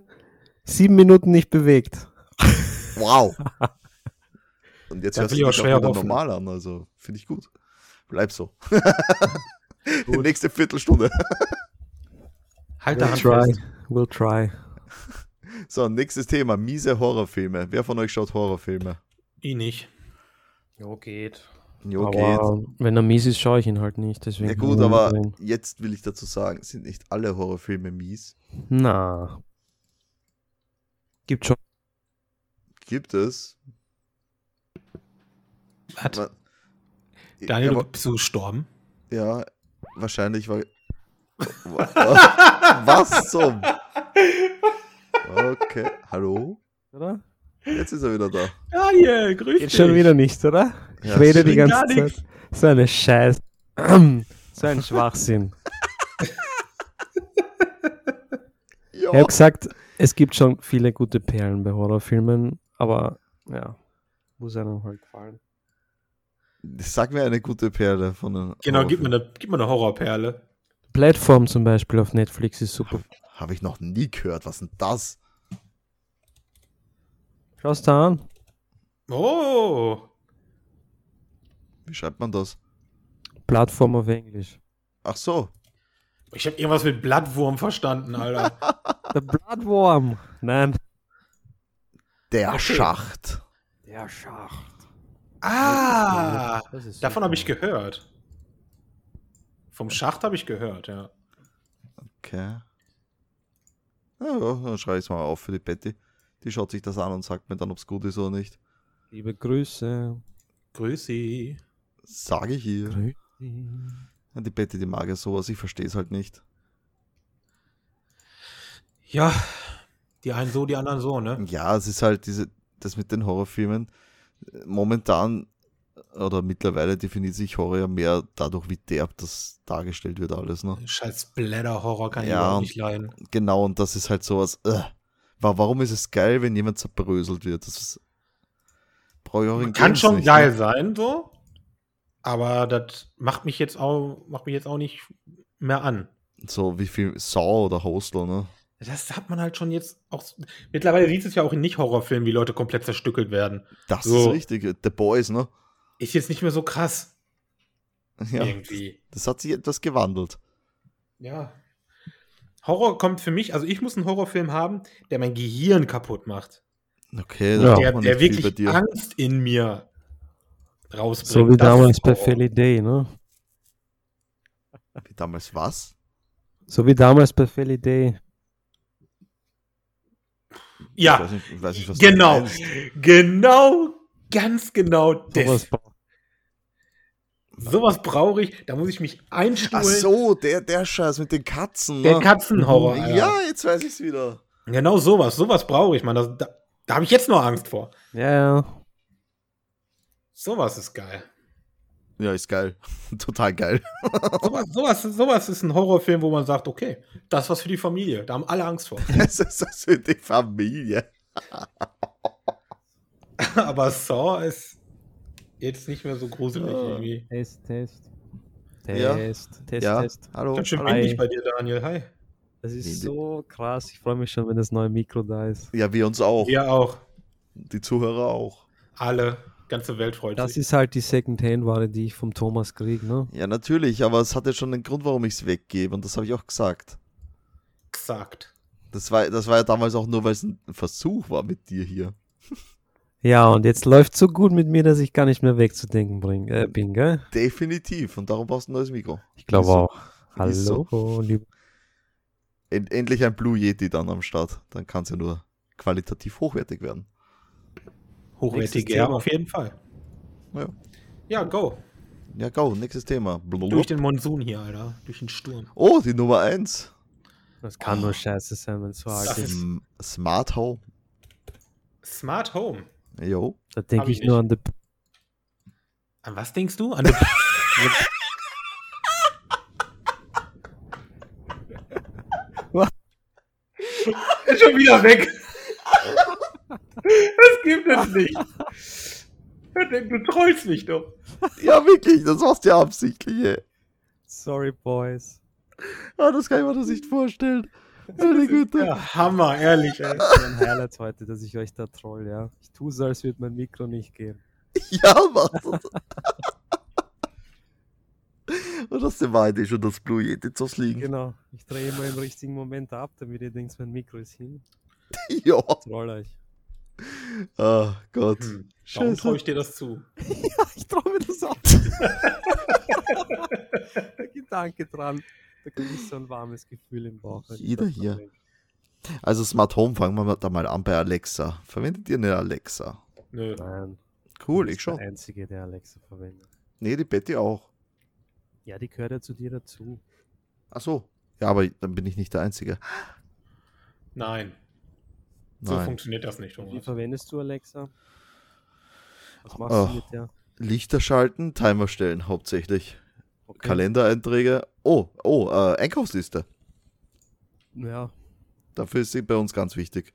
[SPEAKER 4] sieben Minuten nicht bewegt.
[SPEAKER 1] (laughs)
[SPEAKER 2] Wow. Und jetzt
[SPEAKER 1] Da
[SPEAKER 2] hörst
[SPEAKER 1] bin ich
[SPEAKER 2] du dich
[SPEAKER 1] auch
[SPEAKER 2] auch
[SPEAKER 1] schwer
[SPEAKER 2] wieder
[SPEAKER 1] offen.
[SPEAKER 2] normal an, also finde ich gut. Bleib so. (laughs) Die nächste Viertelstunde.
[SPEAKER 1] Halt
[SPEAKER 4] We'll
[SPEAKER 1] daran
[SPEAKER 4] try.
[SPEAKER 1] fest.
[SPEAKER 4] We'll try.
[SPEAKER 2] So, nächstes Thema, miese Horrorfilme. Wer von euch schaut Horrorfilme?
[SPEAKER 1] Ich nicht.
[SPEAKER 3] Jo, geht.
[SPEAKER 2] Jo, geht.
[SPEAKER 4] aber wenn er mies ist, schaue ich ihn halt nicht. Deswegen
[SPEAKER 2] Ja gut, aber jetzt will ich dazu sagen, sind nicht alle Horrorfilme mies.
[SPEAKER 4] Na. Gibt schon.
[SPEAKER 2] Gibt es.
[SPEAKER 1] Was?
[SPEAKER 2] Man-
[SPEAKER 1] Daniel,
[SPEAKER 2] ja,
[SPEAKER 1] du bist du gestorben?
[SPEAKER 2] ja, wahrscheinlich war... (laughs) Was zum... Okay, hallo?
[SPEAKER 4] Oder?
[SPEAKER 2] Jetzt ist er wieder da.
[SPEAKER 1] Daniel, grüß
[SPEAKER 4] Geht schon wieder nicht, oder?
[SPEAKER 2] Ja,
[SPEAKER 4] ich rede
[SPEAKER 2] stimmt.
[SPEAKER 4] die ganze
[SPEAKER 1] Gar nix.
[SPEAKER 4] Zeit. So eine Scheiße. (clears throat)
[SPEAKER 2] (laughs)
[SPEAKER 4] so ein Schwachsinn. Ich
[SPEAKER 2] Ja.
[SPEAKER 4] habe gesagt, es gibt schon viele gute Perlen bei Horrorfilmen, aber ja, muss einem halt gefallen.
[SPEAKER 2] Sag mir eine gute Perle von einem
[SPEAKER 1] Genau, gib
[SPEAKER 4] Oh.
[SPEAKER 2] Horrorfilm.
[SPEAKER 1] mir, eine, gib mir eine Horrorperle.
[SPEAKER 4] Plattform zum Beispiel auf Netflix ist super.
[SPEAKER 2] Habe ich noch nie gehört. Was denn das?
[SPEAKER 4] Schaust da an.
[SPEAKER 1] Oh.
[SPEAKER 2] Wie schreibt man das?
[SPEAKER 4] Plattform auf Englisch.
[SPEAKER 2] Ach so.
[SPEAKER 1] Ich habe irgendwas mit Blattwurm verstanden, Alter.
[SPEAKER 4] The Bloodworm. Nein.
[SPEAKER 2] Der Schacht.
[SPEAKER 4] Der Schach.
[SPEAKER 1] (laughs) ah.
[SPEAKER 4] Das ist
[SPEAKER 1] Davon
[SPEAKER 4] super.
[SPEAKER 1] habe ich gehört. Vom Schacht habe ich gehört, ja.
[SPEAKER 2] Okay. Na Ja, dann schreibe ich es mal auf für die Betty. Die schaut sich das an und sagt mir dann, ob es gut ist oder nicht.
[SPEAKER 4] Liebe Grüße.
[SPEAKER 1] Grüß Sie.
[SPEAKER 2] Sage ich ihr.
[SPEAKER 4] Grüße.
[SPEAKER 2] Ja, Die Betty, die mag ja sowas. Ich verstehe es halt nicht.
[SPEAKER 1] Ja, Die einen so, die anderen so, ne?
[SPEAKER 2] Ja, es ist halt diese, das mit den Horrorfilmen. äh, Momentan oder mittlerweile definiert sich Horror ja mehr dadurch, wie derb das dargestellt wird, alles. Ne?
[SPEAKER 1] Scheiß Blätter-Horror kann ich
[SPEAKER 2] Ja,
[SPEAKER 1] überhaupt
[SPEAKER 2] und-
[SPEAKER 1] nicht leiden.
[SPEAKER 2] Genau, und das ist halt sowas. Äh. Wa- Warum ist es geil, wenn jemand zerbröselt wird? Das ist. Brauche ich auch in
[SPEAKER 1] Kann
[SPEAKER 2] Games
[SPEAKER 1] schon
[SPEAKER 2] nicht,
[SPEAKER 1] geil
[SPEAKER 2] Ne?
[SPEAKER 1] sein, so. Aber das macht mich jetzt auch, macht mich jetzt auch nicht mehr an.
[SPEAKER 2] So wie viel Saw oder Hostel, ne?
[SPEAKER 1] Das hat man halt schon jetzt auch. Mittlerweile sieht es ja auch in Nicht-Horrorfilmen, wie Leute komplett zerstückelt werden.
[SPEAKER 2] Das
[SPEAKER 1] So.
[SPEAKER 2] ist richtig. The Boys, ne? (laughs)
[SPEAKER 1] Ist jetzt nicht mehr so krass.
[SPEAKER 2] Ja.
[SPEAKER 1] Irgendwie.
[SPEAKER 2] Das hat sich etwas gewandelt.
[SPEAKER 1] Ja. Horror kommt für mich, also ich muss einen Horrorfilm haben, der mein Gehirn kaputt macht.
[SPEAKER 2] Okay,
[SPEAKER 1] der
[SPEAKER 2] da
[SPEAKER 4] Ja.
[SPEAKER 2] braucht man
[SPEAKER 1] der
[SPEAKER 2] nicht viel bei
[SPEAKER 1] wirklich
[SPEAKER 2] dir.
[SPEAKER 1] Angst in mir rausbringt.
[SPEAKER 4] So wie
[SPEAKER 1] Das
[SPEAKER 4] damals
[SPEAKER 1] ist
[SPEAKER 4] bei
[SPEAKER 1] Horror.
[SPEAKER 4] Fairly Day, ne?
[SPEAKER 2] Wie damals was?
[SPEAKER 4] So wie damals bei Fairly Day.
[SPEAKER 2] Ich
[SPEAKER 1] Ja,
[SPEAKER 2] weiß nicht, ich weiß nicht was du
[SPEAKER 1] genau.
[SPEAKER 2] meinst.
[SPEAKER 1] Genau, ganz genau
[SPEAKER 4] Sowas
[SPEAKER 1] das.
[SPEAKER 4] braucht-
[SPEAKER 1] Sowas brauche ich, da muss ich mich einstuhlen.
[SPEAKER 2] Ach so, der, der Scheiß mit den Katzen.
[SPEAKER 1] Der
[SPEAKER 2] ne?
[SPEAKER 4] Mhm.
[SPEAKER 1] Katzenhorror. Alter.
[SPEAKER 2] Ja, jetzt weiß ich's wieder.
[SPEAKER 1] Genau sowas, sowas brauche ich, man. Das, da da habe ich jetzt noch Angst vor.
[SPEAKER 4] Ja, ja.
[SPEAKER 1] Sowas ist geil.
[SPEAKER 2] Ja, ist geil. (laughs) Total geil.
[SPEAKER 1] Sowas, sowas, sowas ist ein Horrorfilm, wo man sagt, okay, das ist was für die Familie. Da haben alle Angst vor.
[SPEAKER 2] Es ist (laughs) das für die Familie.
[SPEAKER 1] (laughs) Aber Saw ist jetzt nicht mehr so gruselig
[SPEAKER 2] Ja.
[SPEAKER 1] irgendwie.
[SPEAKER 4] Test, Test.
[SPEAKER 2] Ja.
[SPEAKER 4] Test, Test,
[SPEAKER 2] ja,
[SPEAKER 4] Test.
[SPEAKER 2] hallo.
[SPEAKER 1] Ganz schön
[SPEAKER 2] hallo.
[SPEAKER 1] windig bei dir, Daniel. Hi.
[SPEAKER 4] Das ist
[SPEAKER 2] Nee,
[SPEAKER 4] so krass. Ich freue mich schon, wenn das neue Mikro da ist.
[SPEAKER 2] Ja, wir uns
[SPEAKER 4] Oh.
[SPEAKER 2] auch.
[SPEAKER 1] Ihr auch.
[SPEAKER 2] Die Zuhörer auch.
[SPEAKER 1] Alle. Ganze Welt freut
[SPEAKER 4] Das
[SPEAKER 1] sich.
[SPEAKER 4] ist halt die Second-Hand-Ware, die ich vom Thomas kriege, ne?
[SPEAKER 2] Ja, natürlich, aber es hat ja schon einen Grund, warum ich es weggebe. Und das habe ich auch gesagt.
[SPEAKER 1] Exakt.
[SPEAKER 2] Das war, das war ja damals auch nur, weil es ein Versuch war mit dir hier.
[SPEAKER 4] Ja, und jetzt läuft so gut mit mir, dass ich gar nicht mehr wegzudenken bring, äh, bin, gell?
[SPEAKER 2] Definitiv. Und darum brauchst du ein neues Mikro.
[SPEAKER 4] Ich glaube
[SPEAKER 2] Ist so.
[SPEAKER 4] auch. Hallo,
[SPEAKER 2] Ist so.
[SPEAKER 4] liebe.
[SPEAKER 2] End, endlich ein Blue Yeti dann am Start. Dann kann es ja nur qualitativ hochwertig werden.
[SPEAKER 4] Nächstes
[SPEAKER 1] Hochwertige
[SPEAKER 4] Thema.
[SPEAKER 1] auf jeden Fall.
[SPEAKER 2] Ja.
[SPEAKER 1] Ja, go.
[SPEAKER 2] Ja, go, nächstes Thema.
[SPEAKER 1] Durch den Monsun hier, Alter. Durch den Sturm.
[SPEAKER 2] Oh, die Nummer 1.
[SPEAKER 4] Das kann nur scheiße sein, wenn es so
[SPEAKER 1] Das
[SPEAKER 4] alt ist.
[SPEAKER 1] ist-
[SPEAKER 2] Smart Home.
[SPEAKER 1] Smart Home.
[SPEAKER 2] Jo.
[SPEAKER 4] Da
[SPEAKER 1] hab
[SPEAKER 4] denke ich
[SPEAKER 1] ich
[SPEAKER 4] nur an die.
[SPEAKER 1] An was denkst du? An die Ist schon wieder weg. Das gibt es nicht. Du trollst mich doch.
[SPEAKER 2] Ja, wirklich, das war's dir absichtlich. ey.
[SPEAKER 4] Sorry, Boys.
[SPEAKER 2] Ah, das kann ich mir das nicht vorstellen. Meine Güte.
[SPEAKER 1] Ja, Hammer, ehrlich. Ey.
[SPEAKER 4] Mein Highlight heute, dass ich euch da troll, ja. Ich tue so, als würde mein Mikro nicht gehen.
[SPEAKER 2] Ja, Mann. (laughs) Und das ist die Wahrheit eh schon, das Blue Yeti zu liegen.
[SPEAKER 4] Genau. Ich drehe immer im richtigen Moment ab, damit ihr denkt, mein Mikro ist hin.
[SPEAKER 2] Ja. (laughs)
[SPEAKER 4] Troll euch.
[SPEAKER 2] Ah, Gott.
[SPEAKER 1] Genau. Hm, warum
[SPEAKER 2] Scheiße.
[SPEAKER 1] traue ich dir das zu?
[SPEAKER 4] (laughs) Ich traue mir das ab. Der (laughs) Gedanke dran. Da kriege ich so ein warmes Gefühl im Bauch. wenn ich
[SPEAKER 2] Jeder
[SPEAKER 4] das dran
[SPEAKER 2] hier.
[SPEAKER 4] denk.
[SPEAKER 2] Also Smart Home, fangen wir mal- da mal an bei Alexa. Verwendet ihr eine Alexa?
[SPEAKER 1] Nö.
[SPEAKER 4] Nein.
[SPEAKER 2] Cool,
[SPEAKER 4] du bist
[SPEAKER 2] ich schon.
[SPEAKER 4] Der einzige, der Alexa verwendet.
[SPEAKER 2] Nee, die Betty auch.
[SPEAKER 4] Ja, die gehört ja zu dir dazu.
[SPEAKER 2] Ach so. Ja, aber dann bin ich nicht der Einzige.
[SPEAKER 1] Nein, so
[SPEAKER 2] Nein.
[SPEAKER 1] funktioniert das nicht,
[SPEAKER 4] Wie
[SPEAKER 1] Thomas.
[SPEAKER 4] verwendest du Alexa? Was machst
[SPEAKER 2] Ach.
[SPEAKER 4] du mit der?
[SPEAKER 2] Lichter schalten, Timer stellen hauptsächlich.
[SPEAKER 4] Okay.
[SPEAKER 2] Kalendereinträge. Oh, oh, äh, Einkaufsliste.
[SPEAKER 4] Ja,
[SPEAKER 2] Dafür ist sie bei uns ganz wichtig.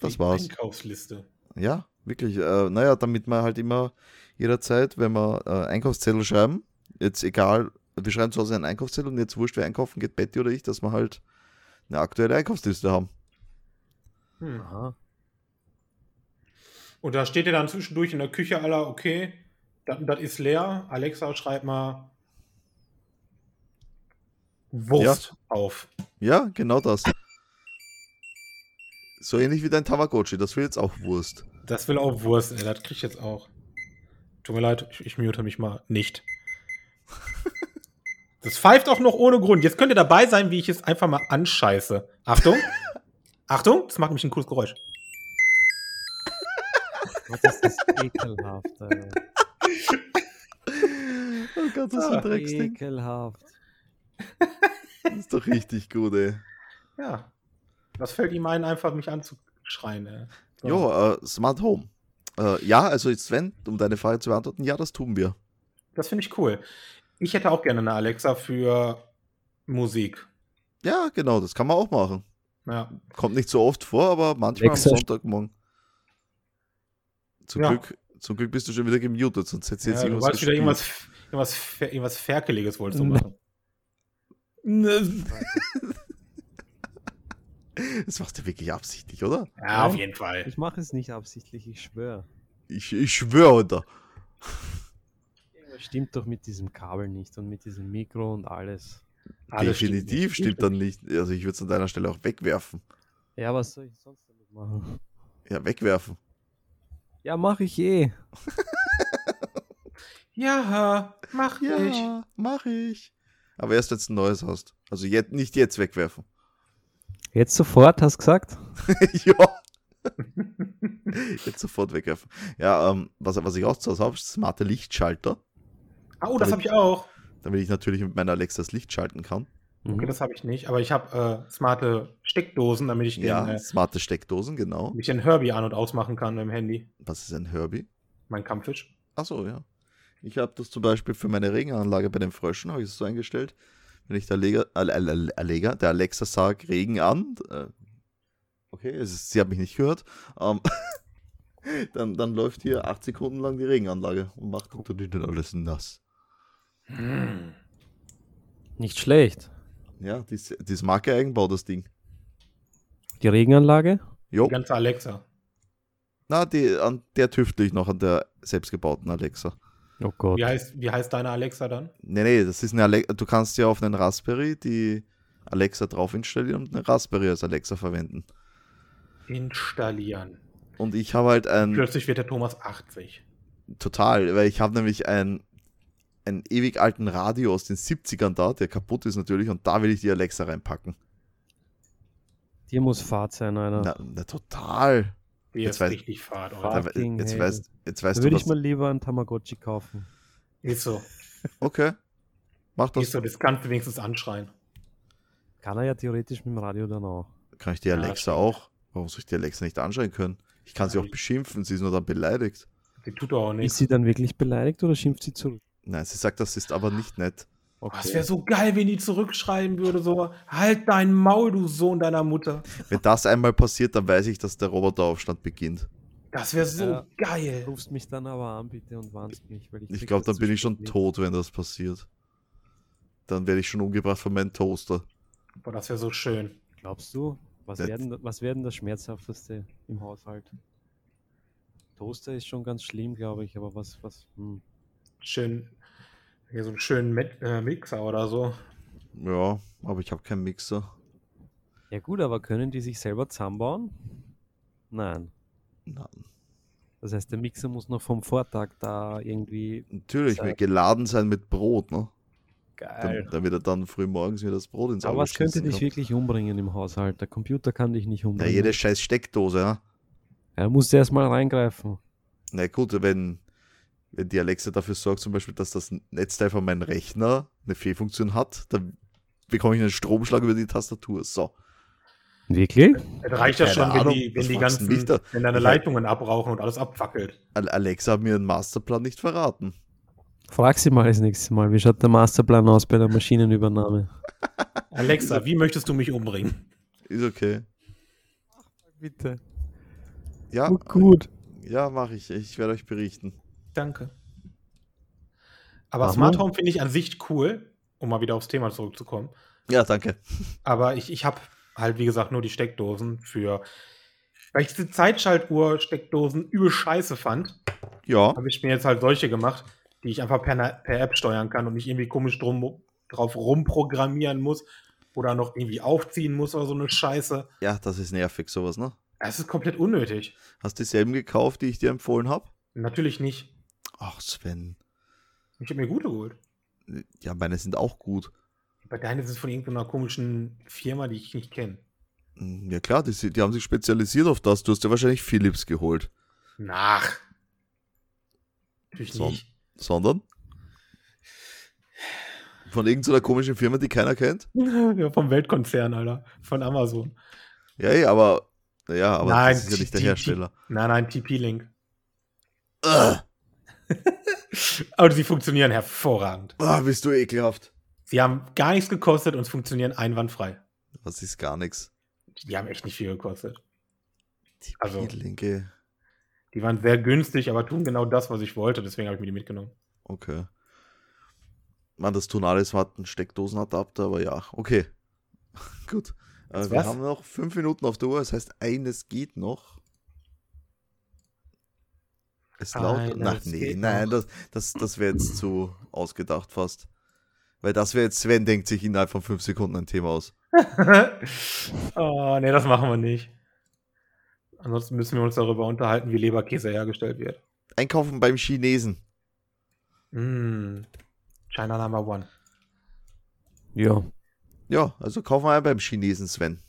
[SPEAKER 2] Das
[SPEAKER 1] Die
[SPEAKER 2] war's.
[SPEAKER 1] Einkaufsliste.
[SPEAKER 2] Ja, wirklich. Äh, naja, damit man halt immer jederzeit, wenn wir äh, Einkaufszettel schreiben, jetzt egal, wir schreiben zu Hause einen Einkaufszettel und jetzt wurscht, wer einkaufen geht, Betty oder ich, dass wir halt eine aktuelle Einkaufsliste haben.
[SPEAKER 1] Hm.
[SPEAKER 4] aha.
[SPEAKER 1] Und da steht ihr dann zwischendurch in der Küche aller, okay, das, das ist leer. Alexa, schreib mal Wurst auf.
[SPEAKER 2] Ja, genau das. So ähnlich wie dein Tamagotchi, das will jetzt auch Wurst.
[SPEAKER 1] Das will auch Wurst, ey. Das krieg ich jetzt auch. Tut mir leid, ich, ich mute mich mal nicht. Das pfeift auch noch ohne Grund. Jetzt könnt ihr dabei sein, wie ich es einfach mal anscheiße. Achtung. Achtung, das macht nämlich ein cooles Geräusch.
[SPEAKER 4] Was ist
[SPEAKER 2] (laughs)
[SPEAKER 4] das ekelhaft, Alter.
[SPEAKER 2] Oh Gott, das ist
[SPEAKER 1] Ah,
[SPEAKER 2] ein Drecksding.
[SPEAKER 4] Ekelhaft.
[SPEAKER 2] Das ist doch richtig gut, ey.
[SPEAKER 1] Ja. Das fällt ihm ein, einfach mich anzuschreien. Ey. So.
[SPEAKER 2] Jo, äh, Smart Home. Äh, ja, also jetzt Sven, um deine Frage zu beantworten, ja, das tun wir.
[SPEAKER 1] Das finde ich cool. Ich hätte auch gerne eine Alexa für Musik.
[SPEAKER 2] Ja, genau, das kann man auch machen.
[SPEAKER 1] Ja.
[SPEAKER 2] Kommt nicht so oft vor, aber manchmal
[SPEAKER 4] Alexa.
[SPEAKER 2] am Sonntagmorgen. Zum,
[SPEAKER 1] Ja.
[SPEAKER 2] Glück, zum Glück bist du schon wieder gemutet, sonst hättest du jetzt
[SPEAKER 1] ja, du
[SPEAKER 2] irgendwas
[SPEAKER 1] wolltest wieder
[SPEAKER 2] gespielt.
[SPEAKER 1] irgendwas, irgendwas, Fer- irgendwas Ferkeliges wolltest du
[SPEAKER 4] Nee.
[SPEAKER 1] machen.
[SPEAKER 2] (laughs) Das machst du wirklich absichtlich, oder?
[SPEAKER 1] Ja, auf jeden Fall.
[SPEAKER 4] Ich mache es nicht absichtlich, ich schwöre.
[SPEAKER 2] Ich, ich schwöre, oder?
[SPEAKER 4] Irgendwas stimmt doch mit diesem Kabel nicht und mit diesem Mikro und alles.
[SPEAKER 1] Alles Ah, stimmt
[SPEAKER 2] Definitiv
[SPEAKER 1] nicht.
[SPEAKER 2] stimmt, dann nicht. Also ich würde es an deiner Stelle auch wegwerfen.
[SPEAKER 4] Ja, was soll ich sonst damit machen?
[SPEAKER 2] Ja, wegwerfen.
[SPEAKER 4] Ja, mache ich eh.
[SPEAKER 1] Ja, mach ich.
[SPEAKER 2] Ja, mach ich. Aber erst, wenn du ein neues hast. Also jetzt, nicht jetzt wegwerfen. (laughs)
[SPEAKER 4] Jetzt sofort, hast gesagt?
[SPEAKER 2] ja. jetzt sofort wegwerfen. Ja, ähm, was, was ich auch zu Hause habe, ist smarte Lichtschalter.
[SPEAKER 1] Oh, das habe ich auch.
[SPEAKER 2] Damit ich natürlich mit meiner Alexa das Licht schalten kann.
[SPEAKER 4] Mhm.
[SPEAKER 2] Mhm.
[SPEAKER 1] Okay, das habe ich nicht, aber ich habe äh, smarte Steckdosen, damit ich den,
[SPEAKER 2] Ja,
[SPEAKER 1] äh,
[SPEAKER 2] smarte Steckdosen, genau.
[SPEAKER 1] mich den Herbie an- und ausmachen kann mit dem Handy.
[SPEAKER 2] Was ist ein Herbie?
[SPEAKER 1] Mein Kampffisch.
[SPEAKER 2] Achso, ja. Ich habe das zum Beispiel für meine Regenanlage bei den Fröschen, habe ich es so eingestellt. Wenn ich der, Lega, Al- Al- Al- Allega, der Alexa sagt, Regen an, äh, okay, es ist, sie hat mich nicht gehört, ähm, (laughs) dann, dann läuft hier acht Sekunden lang die Regenanlage und macht natürlich dann alles nass. Mhm.
[SPEAKER 4] Nicht schlecht.
[SPEAKER 2] Ja, das ist Marke Eigenbau, das Ding.
[SPEAKER 4] Die Regenanlage?
[SPEAKER 2] Jo,
[SPEAKER 1] Die ganze Alexa.
[SPEAKER 2] na, die, an der tüftel ich noch, an der selbstgebauten Alexa.
[SPEAKER 4] Oh Gott.
[SPEAKER 1] Wie heißt, wie heißt deine Alexa dann?
[SPEAKER 2] Nee, nee, das ist eine Alexa. Du kannst ja auf einen Raspberry die Alexa drauf installieren und eine Raspberry als Alexa verwenden.
[SPEAKER 1] Installieren.
[SPEAKER 2] Und ich habe halt ein
[SPEAKER 1] Plötzlich wird der Thomas 80.
[SPEAKER 2] total, weil ich habe nämlich ein einen ewig alten Radio aus den 70ern da, der kaputt ist natürlich, und da will ich die Alexa reinpacken.
[SPEAKER 4] Dir muss Fahrt sein, einer.
[SPEAKER 2] Na, na total.
[SPEAKER 1] Wie
[SPEAKER 2] Jetzt
[SPEAKER 1] jetzt
[SPEAKER 2] weiß-
[SPEAKER 1] richtig Fahrt,
[SPEAKER 2] Da,
[SPEAKER 1] oder?
[SPEAKER 4] Fuck. Fucking
[SPEAKER 2] jetzt
[SPEAKER 4] hell.
[SPEAKER 2] weißt, jetzt
[SPEAKER 4] da
[SPEAKER 2] weißt du
[SPEAKER 4] würde ich
[SPEAKER 2] was.
[SPEAKER 4] mal lieber einen Tamagotchi kaufen.
[SPEAKER 1] Ist so.
[SPEAKER 2] Okay. Mach das.
[SPEAKER 1] Ist so, das kannst du wenigstens anschreien.
[SPEAKER 4] Kann er ja theoretisch mit dem Radio dann auch.
[SPEAKER 2] Kann ich die
[SPEAKER 1] Ja,
[SPEAKER 2] Alexa
[SPEAKER 1] stimmt.
[SPEAKER 2] auch? Warum soll ich die Alexa nicht anschreien können? Ich kann sie
[SPEAKER 1] Ja,
[SPEAKER 2] auch
[SPEAKER 1] ich-
[SPEAKER 2] beschimpfen, sie ist nur dann beleidigt.
[SPEAKER 1] Sie tut doch auch
[SPEAKER 4] Ist
[SPEAKER 1] nichts.
[SPEAKER 4] sie dann wirklich beleidigt oder schimpft sie zurück?
[SPEAKER 2] Nein, sie sagt, das ist aber nicht nett.
[SPEAKER 1] Oh, Es wäre so geil, wenn die zurückschreiben würde, so, halt dein Maul, du Sohn deiner Mutter.
[SPEAKER 2] Wenn das einmal passiert, dann weiß ich, dass der Roboteraufstand beginnt.
[SPEAKER 1] Das wäre so
[SPEAKER 4] Ja. Du
[SPEAKER 1] geil.
[SPEAKER 4] rufst mich dann aber an, bitte, und warnst mich. Weil ich
[SPEAKER 2] Ich
[SPEAKER 4] krieg
[SPEAKER 2] glaube,
[SPEAKER 4] das
[SPEAKER 2] dann bin
[SPEAKER 4] zu
[SPEAKER 2] ich schon
[SPEAKER 4] spät mit.
[SPEAKER 2] tot, wenn das passiert. Dann werde ich schon umgebracht von meinem Toaster.
[SPEAKER 1] Boah, das wäre so schön.
[SPEAKER 4] Glaubst du, was
[SPEAKER 2] Das-
[SPEAKER 4] werden, was werden das Schmerzhafteste im Haushalt? Toaster ist schon ganz schlimm, glaube ich, aber was, was, hm.
[SPEAKER 1] Schön, ja, so einen schönen Met äh, Mixer oder so.
[SPEAKER 2] Ja, aber ich habe keinen Mixer.
[SPEAKER 4] Ja gut, aber können die sich selber zusammenbauen? Nein.
[SPEAKER 2] Nein.
[SPEAKER 4] Das heißt, der Mixer muss noch vom Vortag da irgendwie
[SPEAKER 2] Natürlich,
[SPEAKER 4] Sei-
[SPEAKER 2] mit geladen sein mit Brot, ne?
[SPEAKER 4] geil.
[SPEAKER 2] Dann, damit er dann früh morgens wieder das Brot ins Auge
[SPEAKER 4] Aber was könnte
[SPEAKER 2] schießen
[SPEAKER 4] dich
[SPEAKER 2] kann.
[SPEAKER 4] wirklich umbringen im Haushalt? Der Computer kann dich nicht
[SPEAKER 2] Na,
[SPEAKER 4] umbringen.
[SPEAKER 2] jede scheiß Steckdose, ja.
[SPEAKER 4] er muss erstmal reingreifen.
[SPEAKER 2] Na gut, wenn, wenn die Alexa dafür sorgt, zum Beispiel, dass das Netzteil von meinem Rechner eine Fehlfunktion hat, dann bekomme ich einen Stromschlag über die Tastatur. So.
[SPEAKER 4] Wirklich?
[SPEAKER 1] Es äh, reicht ja
[SPEAKER 2] Keine
[SPEAKER 1] schon, wenn
[SPEAKER 2] Ahnung,
[SPEAKER 1] die,
[SPEAKER 2] was
[SPEAKER 1] wenn die
[SPEAKER 2] machst
[SPEAKER 1] ganzen,
[SPEAKER 2] denn ich da?
[SPEAKER 1] wenn deine
[SPEAKER 2] Ich-
[SPEAKER 1] Leitungen abrauchen und alles abfackelt.
[SPEAKER 2] Al- Alexa hat mir den Masterplan nicht verraten.
[SPEAKER 4] Frag sie mal das nächste Mal. Wie schaut der Masterplan aus bei der Maschinenübernahme?
[SPEAKER 1] Alexa, wie möchtest du mich umbringen?
[SPEAKER 2] Ist okay.
[SPEAKER 4] Bitte.
[SPEAKER 2] Ja,
[SPEAKER 1] Oh,
[SPEAKER 4] Gut, gut.
[SPEAKER 2] ja, mache ich. Ich werde euch berichten.
[SPEAKER 1] Danke. Aber
[SPEAKER 4] Mama?
[SPEAKER 1] Smart Home finde ich an sich cool, um mal wieder aufs Thema zurückzukommen.
[SPEAKER 2] Ja, danke.
[SPEAKER 1] Aber ich, ich habe halt, wie gesagt, nur die Steckdosen für. Weil ich diese Zeitschaltuhr-Steckdosen übel scheiße fand,
[SPEAKER 2] Ja,
[SPEAKER 1] habe ich mir jetzt halt solche gemacht, die ich einfach per, Na- per App steuern kann und nicht irgendwie komisch drum, drauf rumprogrammieren muss oder noch irgendwie aufziehen muss oder so eine Scheiße.
[SPEAKER 2] ja, das ist nervig, sowas, ne?
[SPEAKER 1] Das ist komplett unnötig.
[SPEAKER 2] Hast du dieselben gekauft, die ich dir empfohlen habe?
[SPEAKER 1] Natürlich nicht.
[SPEAKER 2] Ach, Sven.
[SPEAKER 1] Ich habe mir gute geholt.
[SPEAKER 2] Ja, meine sind auch gut.
[SPEAKER 1] Bei deinen sind es von irgendeiner komischen Firma, die ich nicht kenne.
[SPEAKER 2] Hm, Ja klar, die, sind- die haben sich spezialisiert auf das. Du hast ja wahrscheinlich Philips geholt.
[SPEAKER 1] Nach. Natürlich
[SPEAKER 2] So.
[SPEAKER 1] nicht. (laughs)
[SPEAKER 2] Sondern? Von irgendeiner komischen Firma, die keiner kennt?
[SPEAKER 1] ja, vom Weltkonzern, Alter. Von Amazon.
[SPEAKER 2] Ja, ja, aber, ja, aber
[SPEAKER 1] Nein,
[SPEAKER 2] das ist ja nicht der
[SPEAKER 1] die- die-
[SPEAKER 2] Hersteller.
[SPEAKER 1] Nein, nein, TP-Link.
[SPEAKER 2] Ugh,
[SPEAKER 1] Aber sie funktionieren hervorragend.
[SPEAKER 2] ah, bist du ekelhaft.
[SPEAKER 1] Sie haben gar nichts gekostet und funktionieren einwandfrei.
[SPEAKER 2] Das ist gar nichts.
[SPEAKER 1] Die haben echt nicht viel gekostet.
[SPEAKER 2] Die
[SPEAKER 1] Also-
[SPEAKER 2] linke.
[SPEAKER 1] Die waren sehr günstig, aber tun genau das, was ich wollte. Deswegen habe ich mir die mitgenommen.
[SPEAKER 4] (laughs)
[SPEAKER 2] Okay. Man, das tun alles hat einen Steckdosenadapter, aber ja, okay. (laughs) Gut. Äh,
[SPEAKER 1] Was?
[SPEAKER 2] wir haben noch fünf Minuten auf der Uhr, das heißt, eines geht noch. Es laut.
[SPEAKER 1] Eines
[SPEAKER 2] Nein, nee,
[SPEAKER 1] Ah, geht
[SPEAKER 2] nein,
[SPEAKER 1] noch.
[SPEAKER 2] das, das, das wäre jetzt zu ausgedacht fast. Weil das wäre jetzt, Sven denkt sich innerhalb von fünf Sekunden ein Thema aus.
[SPEAKER 1] oh, nee, das machen wir nicht. Ansonsten müssen wir uns darüber unterhalten, wie Leberkäse hergestellt wird.
[SPEAKER 2] Einkaufen beim Chinesen.
[SPEAKER 1] Mm. China Number One.
[SPEAKER 4] Ja,
[SPEAKER 2] Ja, also kaufen wir ein beim Chinesen, Sven.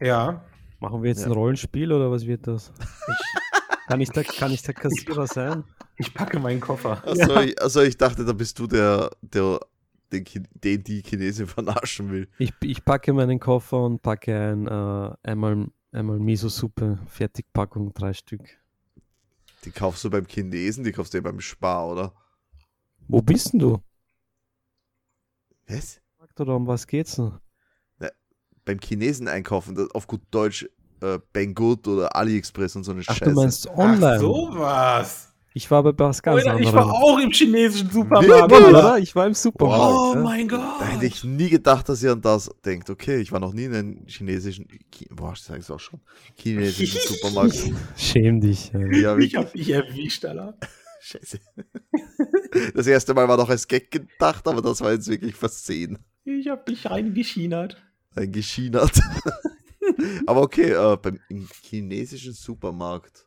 [SPEAKER 1] Ja.
[SPEAKER 4] machen wir jetzt
[SPEAKER 2] Ja.
[SPEAKER 4] ein Rollenspiel oder was wird das? (laughs) kann, ich der, kann ich der Kassierer sein?
[SPEAKER 1] Ich packe meinen Koffer.
[SPEAKER 2] Also, ich, also ich dachte, da bist du der, der den, Chi- den die Chinesen (laughs) vernaschen will.
[SPEAKER 4] Ich, ich packe meinen Koffer und packe ein, äh, einmal, einmal Miso-Suppe, Fertigpackung, drei Stück.
[SPEAKER 2] Die kaufst du beim Chinesen, die kaufst du ja beim Spar, oder?
[SPEAKER 4] Wo bist denn du?
[SPEAKER 2] Was?
[SPEAKER 4] Fragt Oder um was geht's denn?
[SPEAKER 2] Beim Chinesen einkaufen, das auf gut Deutsch äh, Banggood oder AliExpress und so eine
[SPEAKER 4] Ach,
[SPEAKER 2] Scheiße.
[SPEAKER 4] du meinst online?
[SPEAKER 1] Ach, sowas.
[SPEAKER 4] Ich war bei was ganz
[SPEAKER 1] Oder ich
[SPEAKER 4] anderem.
[SPEAKER 1] war auch im chinesischen Supermarkt.
[SPEAKER 2] Wirklich?
[SPEAKER 4] Oder?
[SPEAKER 1] Oder?
[SPEAKER 4] Oder? Ich war im Supermarkt.
[SPEAKER 1] Oh
[SPEAKER 4] ja.
[SPEAKER 1] mein Gott.
[SPEAKER 2] ne? da hätte ich nie gedacht, dass ihr an das denkt. Okay, ich war noch nie in einem chinesischen, Chi- boah, ich sag's auch schon, chinesischen Supermarkt.
[SPEAKER 4] Schäm dich. ja.
[SPEAKER 2] Ja,
[SPEAKER 1] Ich
[SPEAKER 2] wirklich.
[SPEAKER 1] hab dich erwischt, Alter.
[SPEAKER 2] Scheiße. (laughs) Das erste Mal war noch als Gag gedacht, aber das war jetzt wirklich versehen.
[SPEAKER 1] Ich hab dich reingeschinert.
[SPEAKER 2] Ein geschienert. (laughs) Aber okay, äh, beim im chinesischen Supermarkt,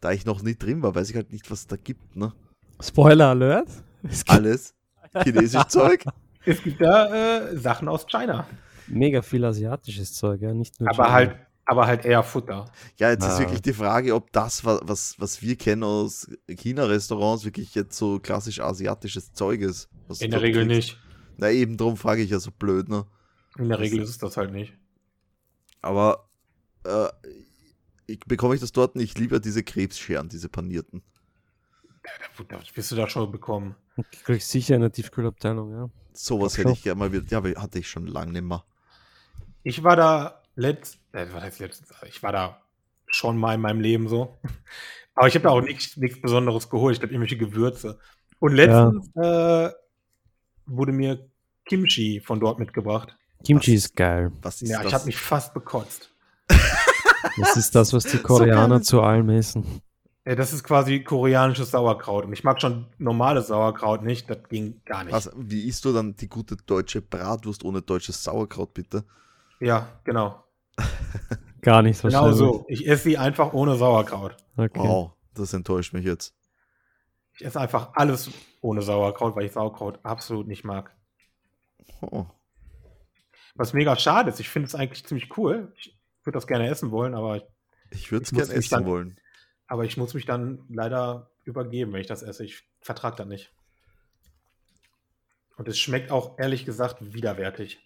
[SPEAKER 2] da ich noch nie drin war, weiß ich halt nicht, was es da gibt, ne?
[SPEAKER 4] Spoiler Alert. Es
[SPEAKER 2] (laughs)
[SPEAKER 4] gibt
[SPEAKER 2] Alles.
[SPEAKER 1] (laughs)
[SPEAKER 2] Chinesisch Zeug.
[SPEAKER 1] Es gibt da äh, Sachen aus China.
[SPEAKER 4] mega viel asiatisches Zeug, ja, nicht nur.
[SPEAKER 1] Aber
[SPEAKER 4] China.
[SPEAKER 1] halt, aber halt eher Futter.
[SPEAKER 2] Ja, jetzt ist
[SPEAKER 4] Ah.
[SPEAKER 2] wirklich die Frage, ob das, wa- was, was wir kennen aus China-Restaurants, wirklich jetzt so klassisch asiatisches Zeug ist. was du
[SPEAKER 1] In der
[SPEAKER 2] dort
[SPEAKER 1] Regel
[SPEAKER 2] kriegst.
[SPEAKER 1] nicht.
[SPEAKER 2] Na, eben drum frage ich ja so blöd, ne?
[SPEAKER 1] In der Regel ist es das halt nicht.
[SPEAKER 2] Aber äh, ich, bekomme ich das dort nicht lieber diese Krebsscheren, diese panierten.
[SPEAKER 1] Das wirst du da schon bekommen.
[SPEAKER 4] Du kriegst sicher eine Tiefkühlabteilung, ja.
[SPEAKER 2] Sowas
[SPEAKER 4] Ach,
[SPEAKER 2] hätte
[SPEAKER 4] schon.
[SPEAKER 2] ich gerne mal wieder. Ja, aber hatte ich schon lange nicht mehr.
[SPEAKER 1] Ich war da letzt, äh, was heißt letztens, ich war da schon mal in meinem Leben so. (laughs) Aber ich habe da auch nichts nichts Besonderes geholt. Ich habe irgendwelche Gewürze. Und letztens äh, wurde mir Kimchi von dort mitgebracht.
[SPEAKER 4] Kimchi
[SPEAKER 2] Was?
[SPEAKER 4] ist geil.
[SPEAKER 2] Was ist
[SPEAKER 1] Ja,
[SPEAKER 2] das?
[SPEAKER 1] ich habe mich fast bekotzt.
[SPEAKER 2] (laughs)
[SPEAKER 4] Das ist das, was die Koreaner
[SPEAKER 2] geil.
[SPEAKER 4] zu allem essen.
[SPEAKER 1] Äh, das ist quasi koreanisches Sauerkraut. Und ich mag schon normales Sauerkraut nicht. Das ging gar nicht.
[SPEAKER 2] Was, wie isst du dann die gute deutsche Bratwurst ohne deutsches Sauerkraut, bitte?
[SPEAKER 1] Ja, genau.
[SPEAKER 4] Gar nichts
[SPEAKER 1] Genau
[SPEAKER 4] wahrscheinlich.
[SPEAKER 1] so. Ich esse sie einfach ohne Sauerkraut.
[SPEAKER 4] Okay.
[SPEAKER 1] Genau.
[SPEAKER 2] Wow, Oh, das enttäuscht mich jetzt.
[SPEAKER 1] Ich esse einfach alles ohne Sauerkraut, weil ich Sauerkraut absolut nicht mag.
[SPEAKER 2] Oh.
[SPEAKER 1] Was mega schade ist. Ich finde es eigentlich ziemlich cool. Ich würde das gerne essen wollen, aber ich,
[SPEAKER 2] Ich würde es
[SPEAKER 1] Ich muss
[SPEAKER 2] gern
[SPEAKER 1] mich
[SPEAKER 2] essen
[SPEAKER 1] dann-
[SPEAKER 2] wollen.
[SPEAKER 1] aber ich muss mich dann leider übergeben, wenn ich das esse. Ich vertrage das nicht. Und es schmeckt auch ehrlich gesagt widerwärtig.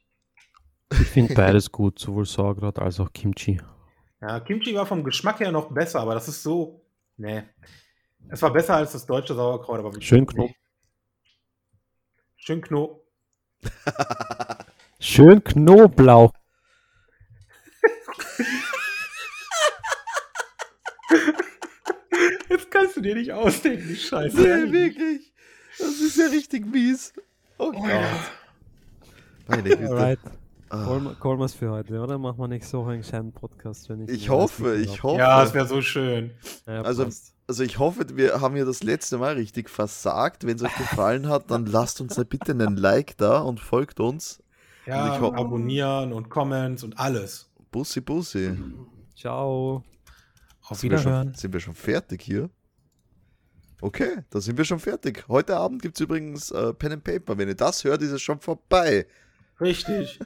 [SPEAKER 4] Ich finde beides gut, sowohl Sauerkraut als auch Kimchi.
[SPEAKER 1] Ja, Kimchi war vom Geschmack her noch besser, aber das ist so. Nee. Es war besser als das deutsche Sauerkraut, aber
[SPEAKER 4] Schön Knob-
[SPEAKER 1] Schön Knob.
[SPEAKER 4] Schön Knoblauch.
[SPEAKER 1] Das kannst du dir nicht ausdenken, die Scheiße.
[SPEAKER 2] wirklich. Das ist ja richtig mies. Oh Gott. Meine Güte.
[SPEAKER 4] Alright.
[SPEAKER 2] Ah,
[SPEAKER 4] Kolm- Kolmers für heute, oder? Machen wir nächste Woche einen scheinen Podcast, wenn ich.
[SPEAKER 2] ich hoffe, ich hoffe.
[SPEAKER 1] Ja, es wäre so schön.
[SPEAKER 4] Ja,
[SPEAKER 2] Also-
[SPEAKER 4] passt.
[SPEAKER 2] also ich hoffe, wir haben hier das letzte Mal richtig versagt. Wenn es euch gefallen hat, dann lasst uns da bitte einen Like da und folgt uns.
[SPEAKER 1] Ja,
[SPEAKER 2] Ich hau-
[SPEAKER 1] abonnieren und Comments und alles.
[SPEAKER 2] Bussi, bussi.
[SPEAKER 4] Ciao.
[SPEAKER 1] Auf
[SPEAKER 2] Sind wir, schon,
[SPEAKER 1] Wiederhören.
[SPEAKER 2] sind wir schon fertig hier? Okay, da sind wir schon fertig. Heute Abend gibt es übrigens äh, Pen and Paper. Wenn ihr das hört, ist es schon vorbei.
[SPEAKER 1] Richtig.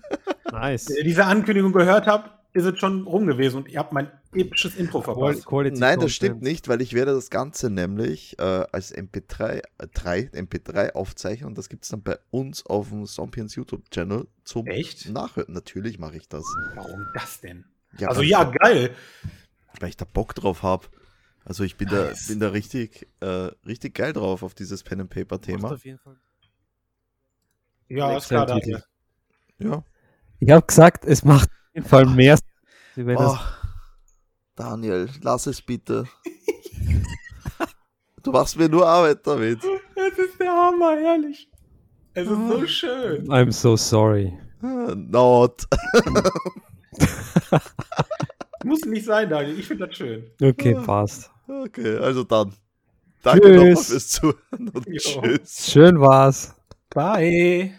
[SPEAKER 4] Nice.
[SPEAKER 1] Wenn ihr diese Ankündigung gehört habt, ist es schon rum gewesen und ihr habt mein episches Intro verpasst.
[SPEAKER 4] Quality
[SPEAKER 2] Nein,
[SPEAKER 4] Content.
[SPEAKER 2] das stimmt nicht, weil ich werde das Ganze nämlich äh, als MP3, äh, 3, MP3 aufzeichnen und das gibt es dann bei uns auf dem Stompions YouTube-Channel zum
[SPEAKER 1] Echt?
[SPEAKER 2] Nachhören. Natürlich mache ich das.
[SPEAKER 1] Warum das denn?
[SPEAKER 2] Ja,
[SPEAKER 1] also
[SPEAKER 2] weil ich
[SPEAKER 1] ja,
[SPEAKER 2] da-
[SPEAKER 1] geil.
[SPEAKER 2] weil ich da Bock drauf habe. Also ich bin
[SPEAKER 1] Nice.
[SPEAKER 2] da bin da richtig äh, richtig geil drauf auf dieses Pen and Paper Thema.
[SPEAKER 4] Auf jeden Fall.
[SPEAKER 1] Ja, ist klar.
[SPEAKER 4] Exzellent
[SPEAKER 1] Da,
[SPEAKER 4] Titel.
[SPEAKER 2] Ja.
[SPEAKER 4] Ich habe gesagt, es macht auf jeden Fall mehr Sinn,
[SPEAKER 2] Oh.
[SPEAKER 4] wenn das
[SPEAKER 2] Daniel, lass es (laughs) bitte. du machst mir nur Arbeit damit.
[SPEAKER 1] Es ist der Hammer, ehrlich. Es ist so schön.
[SPEAKER 4] I'm so sorry.
[SPEAKER 2] Ah, Not.
[SPEAKER 1] Muss nicht sein, Daniel. Ich finde das schön.
[SPEAKER 4] Okay,
[SPEAKER 2] Ah.
[SPEAKER 4] passt.
[SPEAKER 2] Okay, also dann. Danke nochmal
[SPEAKER 4] Tschüss.
[SPEAKER 2] fürs Zuhören und
[SPEAKER 1] Jo.
[SPEAKER 2] tschüss.
[SPEAKER 4] Schön war's.
[SPEAKER 1] Bye.